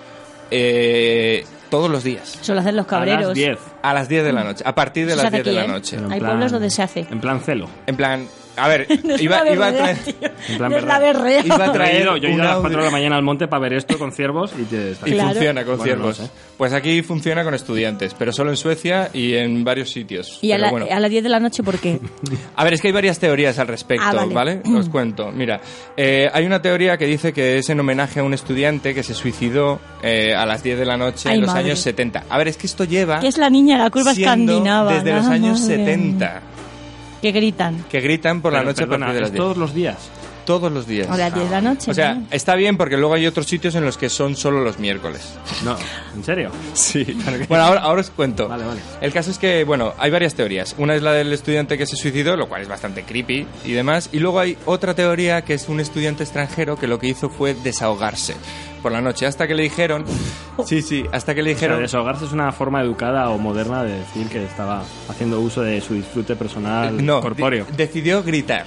S4: eh, todos los días.
S3: Solo hacen los
S2: A
S3: cabreros.
S2: las 10.
S4: A las 10 de la noche, a partir de
S3: Mm.
S4: las
S3: Eso se hace
S4: 10 de
S3: aquí,
S4: la
S3: ¿eh?
S4: noche.
S2: En
S3: Hay
S2: plan-
S3: pueblos donde se hace.
S2: En plan celo.
S4: En plan, a ver,
S3: No es
S4: iba,
S3: la
S4: iba a
S3: berrea,
S4: traer-
S3: tío.
S2: En plan
S3: No es la
S2: berrea.
S3: berrea.
S4: Iba a
S2: Yo
S4: traer
S2: he ido, yo he ido a
S4: un
S2: las
S4: audio.
S2: 4 de la mañana al monte para ver esto con ciervos y te está
S4: Y
S3: Claro.
S4: funciona con
S2: Bueno,
S4: ciervos.
S2: no sé.
S4: Pues aquí funciona con estudiantes, pero solo en Suecia y en varios sitios.
S3: Y a,
S4: Pero
S3: la-
S4: bueno.
S3: a las 10 de la noche, ¿por qué?
S4: A ver, es que hay varias teorías al respecto,
S3: Ah,
S4: vale.
S3: vale.
S4: Os cuento. Mira, eh, hay una teoría que dice que es en homenaje a un estudiante que se suicidó eh, a las 10 de la noche
S3: Ay,
S4: en los
S3: madre.
S4: años 70. A ver, es que esto lleva
S3: Que es la niña de la curva
S4: siendo
S3: escandinava.
S4: desde los
S3: Ah,
S4: años
S3: madre
S4: 70,
S3: mía. Que gritan.
S4: que gritan por la
S2: Pero,
S4: noche a
S2: perdona,
S4: partir de las
S2: es
S4: 10.
S2: todos los días.
S4: Todos los días.
S3: A las 10 de la noche.
S4: O sea,
S3: ¿no?
S4: está bien porque luego hay otros sitios en los que son solo los miércoles.
S2: No, ¿en serio?
S4: Sí, bueno, ahora, ahora os cuento.
S2: Vale, vale.
S4: El caso es que, bueno, hay varias teorías. Una es la del estudiante que se suicidó, lo cual es bastante creepy y demás. Y luego hay otra teoría que es un estudiante extranjero que lo que hizo fue desahogarse por la noche. Hasta que le dijeron. Sí, sí, hasta que le
S2: Pero
S4: dijeron.
S2: desahogarse es una forma educada o moderna de decir que estaba haciendo uso de su disfrute personal
S4: No,
S2: corpóreo.
S4: de- decidió gritar.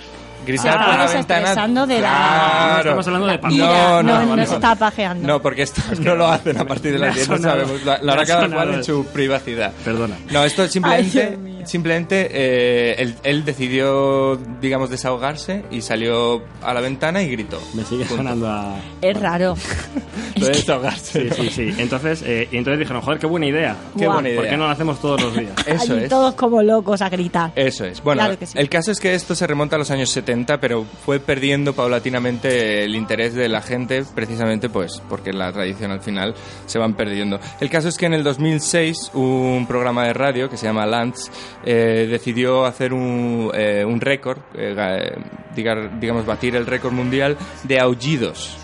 S4: Gritar
S2: Ah,
S4: por la
S2: estamos
S4: ventana.
S3: expresando de la-
S4: Claro.
S2: No estamos hablando de
S4: No,
S2: pajero.
S4: No,
S3: Mira,
S4: no,
S3: no,
S4: vale,
S3: no se
S4: vale.
S3: está pajeando.
S4: No, porque esto no lo hacen a partir de
S2: me
S4: las
S2: ha
S4: 10, no
S2: sonado,
S4: sabemos. La, la
S2: me
S4: hora
S2: ha
S4: cada cual
S2: sonado.
S4: en su privacidad.
S2: Perdona.
S4: No, esto es
S3: Ay,
S4: simplemente,
S3: Dios mío.
S4: simplemente eh, él, él decidió, digamos, desahogarse y salió a la ventana y gritó.
S2: Me sigue
S4: Punto.
S2: sonando a...
S3: Es raro.
S4: Lo de
S3: Es que-
S4: desahogarse.
S2: Sí,
S4: ¿no?
S2: sí, sí. Entonces, eh, y entonces dijeron, joder, qué buena idea.
S4: Qué
S3: Guau.
S4: buena idea.
S2: ¿Por qué no lo hacemos todos los días?
S4: Eso
S3: Allí
S4: es. Eh,
S3: todos como locos a gritar.
S4: Eso es. Bueno,
S3: Claro que sí.
S4: el caso es que esto se remonta a los años 70, pero fue perdiendo paulatinamente el interés de la gente, precisamente pues porque la tradición al final se van perdiendo. El caso es que en el 2006 un programa de radio que se llama Lantz eh, decidió hacer un, eh, un récord, eh, ga- diga- digamos batir el récord mundial de aullidos.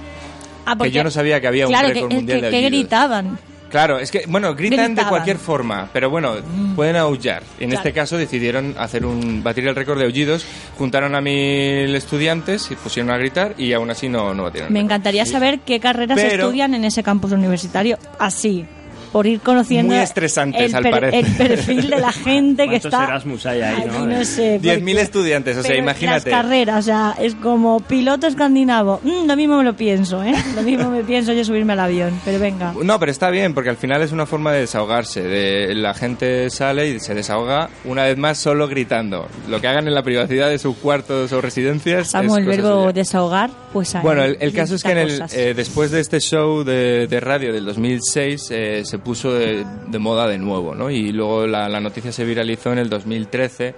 S3: Ah,
S4: yo no sabía que había un
S3: claro,
S4: récord
S3: que, es
S4: mundial
S3: que,
S4: de
S3: que
S4: aullidos.
S3: gritaban.
S4: Claro, es que, bueno, gritan de
S3: Gritaban. Mm.
S4: cualquier forma, pero bueno, pueden aullar. En
S3: Claro.
S4: este caso decidieron hacer un, batir el récord de aullidos, juntaron a mil estudiantes y pusieron a gritar y aún así no, no batieron. el
S3: Me
S4: récord.
S3: encantaría saber qué carreras
S4: Pero-
S3: estudian en ese campus universitario. Así. por ir conociendo
S4: Muy estresantes,
S3: el,
S4: al parecer.
S3: el perfil de la gente que
S2: ¿Cuántos
S3: está
S2: Erasmus hay ahí,
S3: allí,
S2: no? Eh,
S3: no sé,
S4: 10.000
S3: porque-
S4: estudiantes, o sea,
S3: pero
S4: imagínate.
S3: Las carreras, o sea, es como piloto escandinavo. Mm, lo mismo me lo pienso, ¿eh? Lo mismo me pienso yo subirme al avión, pero venga.
S4: No, pero está bien, porque al final es una forma de desahogarse. De, la gente sale y se desahoga una vez más solo gritando. Lo que hagan en la privacidad de sus cuartos o residencias.
S3: Pasamos
S4: es
S3: el
S4: cosa
S3: verbo
S4: suya.
S3: desahogar, pues ahí.
S4: Bueno, el, el caso es que en el,
S3: cosas.
S4: eh, después de este show de, de radio del 2006 eh, se puso de, de moda de nuevo, ¿no? Y luego la, la noticia se viralizó en el 2013,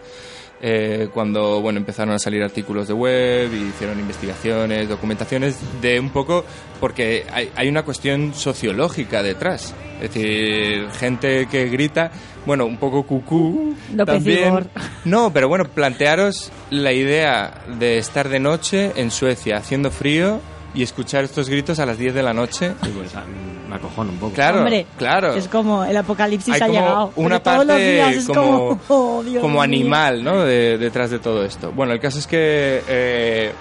S4: eh, cuando, bueno, empezaron a salir artículos de web, y hicieron investigaciones, documentaciones, de un poco, porque hay, hay una cuestión sociológica detrás. Es decir, gente que grita, bueno, un poco cucú.
S3: López Igor.
S4: también, no, pero bueno, plantearos la idea de estar de noche en Suecia haciendo frío y escuchar estos gritos a las 10 de la noche.
S2: Sí, pues, a- me acojono un poco.
S4: Claro,
S3: Hombre,
S4: claro.
S3: Es como el apocalipsis
S4: Hay
S3: ha
S4: como
S3: llegado.
S4: una
S3: Pero todos los días
S4: parte
S3: es
S4: como,
S3: oh, Dios
S4: como
S3: mío.
S4: animal ¿no? De- detrás de todo esto. Bueno, el caso es que eh,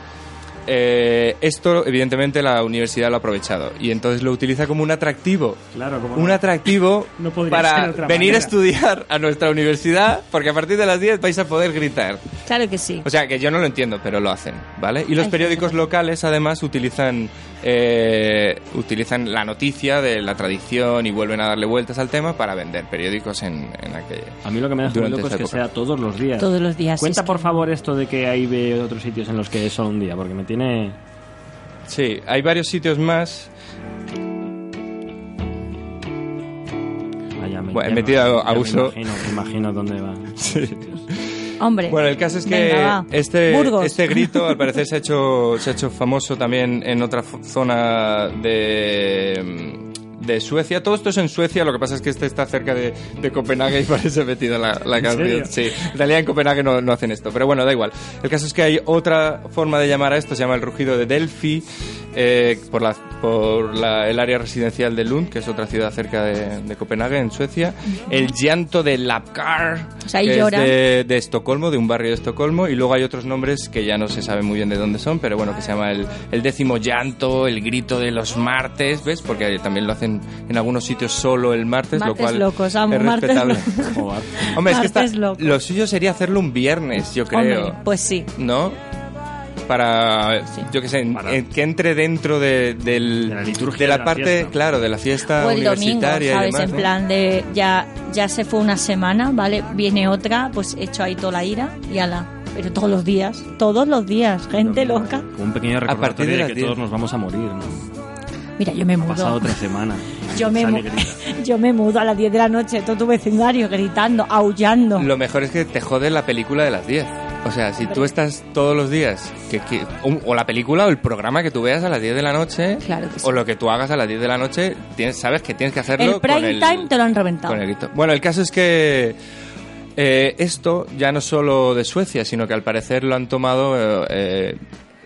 S4: eh, esto evidentemente la universidad lo ha aprovechado y entonces lo utiliza como un atractivo.
S2: Claro, como
S4: Un atractivo
S2: No podría ser
S4: para
S2: de otra
S4: venir
S2: manera.
S4: a estudiar a nuestra universidad porque a partir de las 10 vais a poder gritar.
S3: Claro que sí.
S4: O sea, que yo no lo entiendo, pero lo hacen, ¿vale? Y los
S3: Ay,
S4: periódicos locales, además, utilizan, eh, utilizan la noticia de la tradición y vuelven a darle vueltas al tema para vender periódicos en, en aquella...
S2: A mí lo que me deja muy
S4: Durante
S2: loco es
S4: esa
S2: que
S4: época.
S2: sea todos los días.
S3: Todos los días.
S2: Cuenta
S3: es
S2: por
S3: que-
S2: favor esto de que hay ve otros sitios en los que es solo un día, porque me tiene...
S4: Sí, hay varios sitios más.
S2: Vaya,
S4: Bueno, he
S2: me- ya me-
S4: metido a-
S2: ya me
S4: abuso.
S2: Imagino, me imagino dónde va.
S3: Hombre.
S4: Bueno, el caso es que
S3: venga, va.
S4: este,
S3: Burgos.
S4: este grito al parecer se ha hecho, se ha hecho famoso también en otra fo- zona de, de Suecia. Todo esto es en Suecia, lo que pasa es que este está cerca de, de Copenhague y parece metida la, la canción.
S2: serio?
S4: Sí, en realidad en Copenhague no, no hacen esto, pero bueno, da igual. El caso es que hay otra forma de llamar a esto, se llama el rugido de Delphi, eh, por, la, por la- el área residencial de Lund, que es otra ciudad cerca de, de Copenhague, en Suecia. El llanto de Lapkar,
S3: O sea, ahí
S4: que es
S3: lloran.
S4: de- de, de Estocolmo, de un barrio de Estocolmo, y luego hay otros nombres que ya no se sabe muy bien de dónde son, pero bueno, que se llama el, el décimo llanto, el grito de los martes, ¿ves? Porque también lo hacen en algunos sitios solo el martes,
S3: Martes
S4: lo cual
S3: locos, amo,
S4: es
S3: martes
S4: respetable.
S3: locos.
S2: Joder.
S4: Hombre, es que
S3: Martes
S4: está-
S3: locos.
S4: lo suyo sería hacerlo un viernes, yo creo.
S3: Hombre, pues sí.
S4: ¿No? Para,
S3: Sí.
S4: yo que sé, en-
S2: Para-
S4: en- que entre dentro de, del-
S2: De la liturgia
S4: de la
S2: de la
S4: parte,
S2: fiesta.
S4: claro, de la fiesta
S3: O el domingo,
S4: universitaria
S3: ¿sabes?
S4: y demás.
S3: en
S4: ¿no?
S3: plan de ya, ya se fue una semana, ¿vale? Viene otra, pues hecho ahí toda la ira y ala. Pero todos los días, todos los días, gente
S2: Como-
S3: loca.
S2: Como un
S4: partir de
S2: pequeño recordatorio de,
S4: las
S2: que
S4: 10.
S2: todos nos vamos a morir, ¿no?
S3: Mira, yo me
S2: Ha pasado
S3: mudo.
S2: otra semana.
S3: Yo me,
S2: Sale
S3: mu-
S2: y grita.
S3: yo me mudo a las 10 de la noche, todo tu vecindario gritando, aullando.
S4: Lo mejor es que te jode la película de las 10. O sea, si tú estás todos los días, que, que- o, o la película o el programa que tú veas a las 10 de la noche,
S3: Claro que sí.
S4: o lo que tú hagas a las 10 de la noche, tienes, sabes que tienes que hacerlo
S3: el prime
S4: con el-
S3: time te lo han reventado.
S4: con el grito. Bueno, el caso es que eh, esto ya no solo de Suecia, sino que al parecer lo han tomado eh, eh,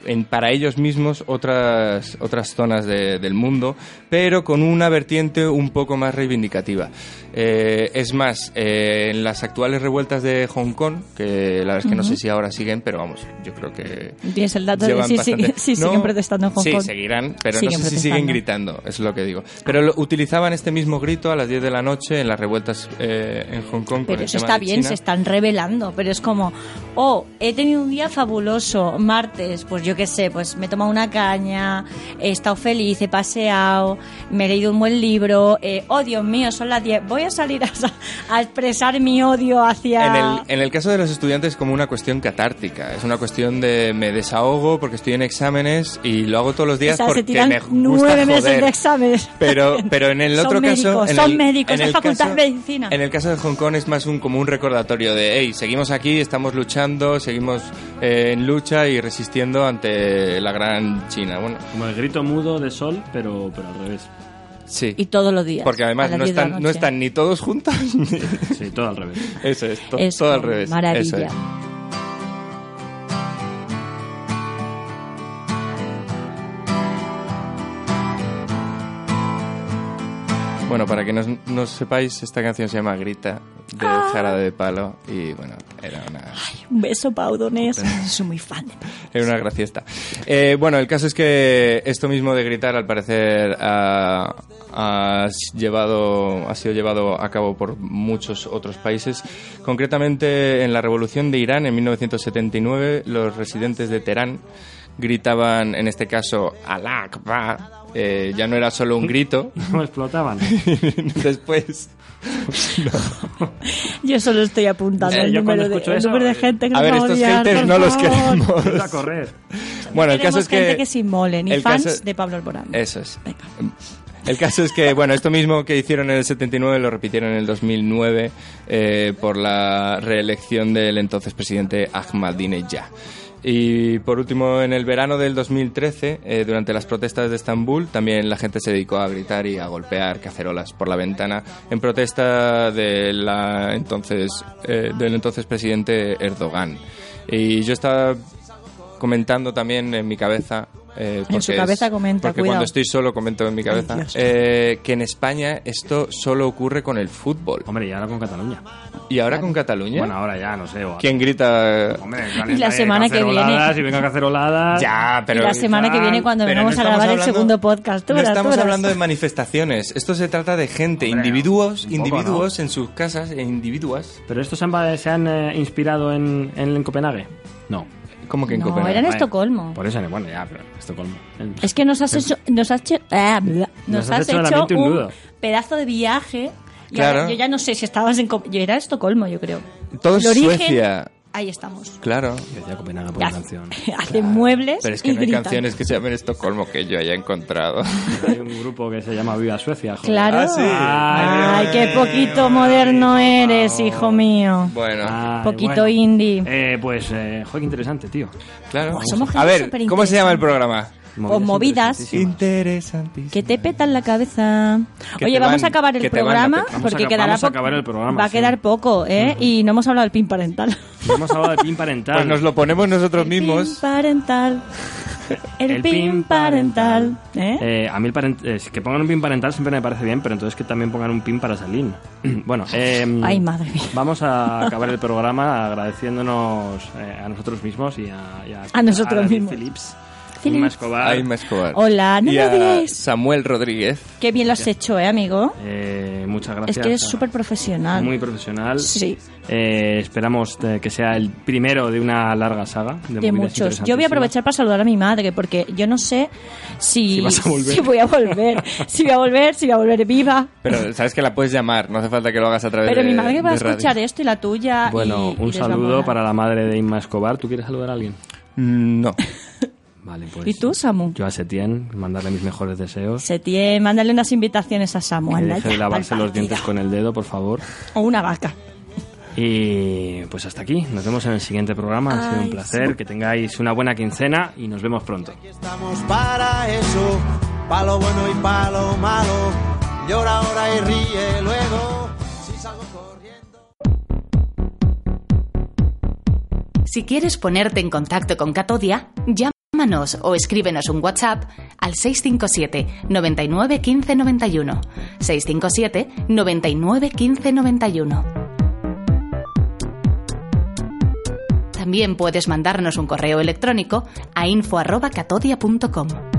S4: en, para ellos mismos otras, otras zonas de- del mundo, pero con una vertiente un poco más reivindicativa. Eh, es más, eh, en las actuales revueltas de Hong Kong, que la verdad es que no sé si ahora siguen, pero vamos, yo creo que...
S3: Tienes el dato de
S4: Llevan
S3: si
S4: bastante-
S3: siguen
S4: No,
S3: protestando en Hong
S4: sí,
S3: Kong.
S4: seguirán, pero
S3: Siguen
S4: no sé si
S3: protestando.
S4: siguen gritando, es lo que digo. Pero lo- utilizaban este mismo grito a las 10 de la noche en las revueltas eh, en Hong Kong. con
S3: Pero
S4: el
S3: eso
S4: tema
S3: está
S4: de
S3: bien,
S4: China.
S3: se están revelando, pero es como, oh, he tenido un día fabuloso, martes, pues yo qué sé, pues me he tomado una caña, he estado feliz, he paseado, me he leído un buen libro, eh, oh Dios mío, son las 10, voy a salir a, a expresar mi odio hacia...
S4: En el, en el caso de los estudiantes es como una cuestión catártica, es una cuestión de me desahogo porque estoy en exámenes y lo hago todos los días
S3: O sea, se
S4: porque
S3: tiran
S4: me gusta
S3: nueve meses
S4: joder.
S3: de exámenes.
S4: Pero, pero en el
S3: Son
S4: otro caso...
S3: médicos,
S4: en
S3: son
S4: el-
S3: médicos,
S4: en
S3: es
S4: el
S3: facultad
S4: caso-
S3: de medicina.
S4: En el caso de Hong Kong es más un, como un recordatorio de, hey, seguimos aquí, estamos luchando, seguimos eh, en lucha y resistiendo ante la gran China. Bueno,
S2: Como el grito mudo de sol, pero, pero al revés.
S4: sí.
S3: Y todos los días.
S4: Porque además
S3: a las
S4: no
S3: 10 de la
S4: están, no
S3: noche.
S4: están ni todos juntos. ni-
S2: Sí, todo al revés.
S4: Eso es, to-
S3: Es
S4: todo al
S3: una
S4: revés. eso
S3: Maravilla.
S4: es. Bueno, para que no, no sepáis, esta canción se llama Grita, de
S3: Ah.
S4: Jarabe de Palo, y bueno, era una...
S3: Un beso, Pau Donés. Soy muy fan de
S4: Era una graciesta. Eh, bueno, el caso es que esto mismo de gritar, al parecer, ha, ha s- llevado, ha sido llevado a cabo por muchos otros países. Concretamente, en la revolución de Irán, en 1979, los residentes de Teherán gritaban, en este caso, Alá Akbar. Eh, ya no era solo un grito.
S2: Me explotaban.
S4: Después,
S3: Yo solo estoy apuntando
S2: Eh,
S3: el,
S2: yo cuando
S3: número de,
S2: escucho
S3: el
S2: eso,
S3: número de gente que
S4: a ver,
S3: nos va
S4: estos
S3: odiar,
S4: haters
S3: por
S4: no los
S3: favor.
S4: queremos.
S2: Vete a correr.
S4: Bueno, el
S3: Queremos
S4: caso es que.
S3: gente que se inmolen y
S4: el
S3: fans
S4: caso-
S3: de Pablo Alborán.
S4: Eso es.
S3: Venga.
S4: El caso es que, bueno, esto mismo que hicieron en el 79 lo repitieron en el 2009 eh, por la reelección del entonces presidente Ahmadinejad. Y por último, en el verano del 2013, eh, durante las protestas de Estambul, también la gente se dedicó a gritar y a golpear cacerolas por la ventana en protesta de la entonces, eh, del entonces presidente Erdogan. Y yo estaba comentando también en mi cabeza. eh, porque
S3: su cabeza
S4: es-
S3: comenta,
S4: Porque
S3: cuidado.
S4: cuando estoy solo comento en mi cabeza.
S3: Dios.
S4: eh, que en España esto solo ocurre con el fútbol.
S2: Hombre, y ahora con Cataluña.
S4: ¿Y ahora con Cataluña?
S2: Bueno, ahora ya, no sé. o-
S4: ¿Quién grita?
S2: Hombre,
S3: Y la semana que viene.
S2: Si venga caceroladas.
S4: Ya, pero.
S3: y la semana que viene cuando
S4: Pero
S3: vengamos
S4: no
S3: a
S4: estamos
S3: grabar el
S4: hablando-
S3: segundo podcast. Tú
S4: no
S3: verás, tú
S4: estamos
S3: verás.
S4: hablando de manifestaciones. Esto se trata de gente,
S2: Hombre,
S4: individuos,
S2: un poco,
S4: individuos en sus casas, e individuas.
S2: ¿Pero estos se han, se han, eh, inspirado en, en, en Copenhague? No.
S4: ¿Cómo que en
S3: No,
S4: Copenhague?
S3: era en
S2: Vale.
S3: Estocolmo.
S2: Por eso, bueno, ya, pero Estocolmo. En-
S3: Es que nos has hecho, nos has hecho, ah, bla, nos has hecho,
S2: solamente un
S3: un,
S2: nudo.
S3: pedazo de viaje. Y
S4: Claro.
S3: ahora yo ya no sé si estabas en, Com- yo era Estocolmo, yo creo.
S4: Todo es
S3: El origen,
S4: Suecia.
S3: Ahí estamos.
S4: Claro.
S2: Decía Copenhague por la
S3: Hace-
S2: canción.
S3: Hacen muebles.
S4: Pero es que
S3: y
S4: no hay
S3: gritan.
S4: canciones que se llamen Estocolmo que yo haya encontrado.
S2: Hay un grupo que se llama Viva Suecia. joder.
S3: Claro.
S4: Ah, sí.
S3: Ay,
S4: Ay,
S3: qué poquito moderno eres, hijo mío.
S4: Bueno.
S3: Ah,
S2: Ay,
S3: Poquito indie.
S2: Ah,
S3: Pues
S2: Eh, pues, eh, joder, qué interesante, tío.
S4: Claro.
S3: Buah, somos
S4: a
S3: gente
S4: ver,
S3: superinteresante.
S4: ¿cómo se llama el programa?
S3: O movidas
S2: interesantísimas.
S4: Interesantísimo.
S3: que te petan la cabeza.
S4: Que
S3: Oye,
S4: te
S3: vamos
S4: van-
S3: a acabar el
S4: que te van a
S3: programa
S4: petar.
S2: Vamos a
S3: porque
S2: aca-
S3: quedará
S2: vamos a
S3: po-
S2: acabar el programa,
S3: Va a
S2: sí.
S3: quedar poco, ¿eh? Y no hemos hablado del pin parental.
S2: No Hemos hablado de pin parental.
S4: Pues nos lo ponemos nosotros
S3: El pin
S4: mismos.
S3: parental. El, pin, parental. ¿Eh?
S2: Eh, a mí el parent- eh, que pongan un pin parental siempre me parece bien, pero entonces que también pongan un pin para Salín. bueno, eh,
S3: Ay, madre mía.
S2: Vamos a acabar el programa agradeciéndonos eh, a nosotros mismos y a, y
S3: A nosotros
S2: David
S3: mismos.
S2: Phillips,
S3: Phillips.
S2: Inma Escobar.
S4: Ay, me Escobar.
S3: Hola, no
S4: y
S3: me
S4: a
S3: odies.
S4: Samuel Rodríguez.
S3: Qué bien lo has hecho, ¿eh, amigo?
S2: Eh, muchas gracias.
S3: Es que eres
S2: a-
S3: súper profesional.
S2: Muy profesional.
S3: Sí.
S2: Eh, esperamos eh, que sea el primero de una larga saga. De,
S3: de
S2: movidas
S3: muchos. Yo voy a aprovechar para saludar a mi madre, porque yo no sé si,
S4: Si vas a volver.
S3: si voy a volver, si voy a volver, si voy a volver viva.
S4: Pero sabes que la puedes llamar, no hace falta que lo hagas a través
S3: Pero
S4: de
S3: mi madre va a
S4: de radio.
S3: escuchar ¿eh? esto y la tuya. y-
S2: Bueno,
S3: y
S2: un
S3: les va a
S2: saludo
S3: molar.
S2: para la madre de Inma Escobar. ¿Tú quieres saludar a alguien?
S4: Mm, No.
S2: Vale, pues.
S3: ¿Y tú, Samu?
S2: Yo a Setien, mandarle mis mejores deseos.
S3: Setién, mándale unas invitaciones a Samu.
S2: que
S3: anda
S2: deje
S3: ya,
S2: de lavarse
S3: pa'l
S2: los
S3: partido.
S2: dientes con el dedo, por favor.
S3: O una vaca.
S2: Y pues hasta aquí. Nos vemos en el siguiente programa. Ha sido un
S3: Ay,
S2: placer. Que tengáis una buena quincena y nos vemos pronto.
S7: Estamos para eso, para lo bueno y para lo malo. Llora ahora y ríe luego. Si salgo corriendo.
S8: Si quieres ponerte en contacto con Catodia, llámanos o escríbenos un WhatsApp al 657 99 15 91. 657 99 15 91. También puedes mandarnos un correo electrónico a info.catodia.com.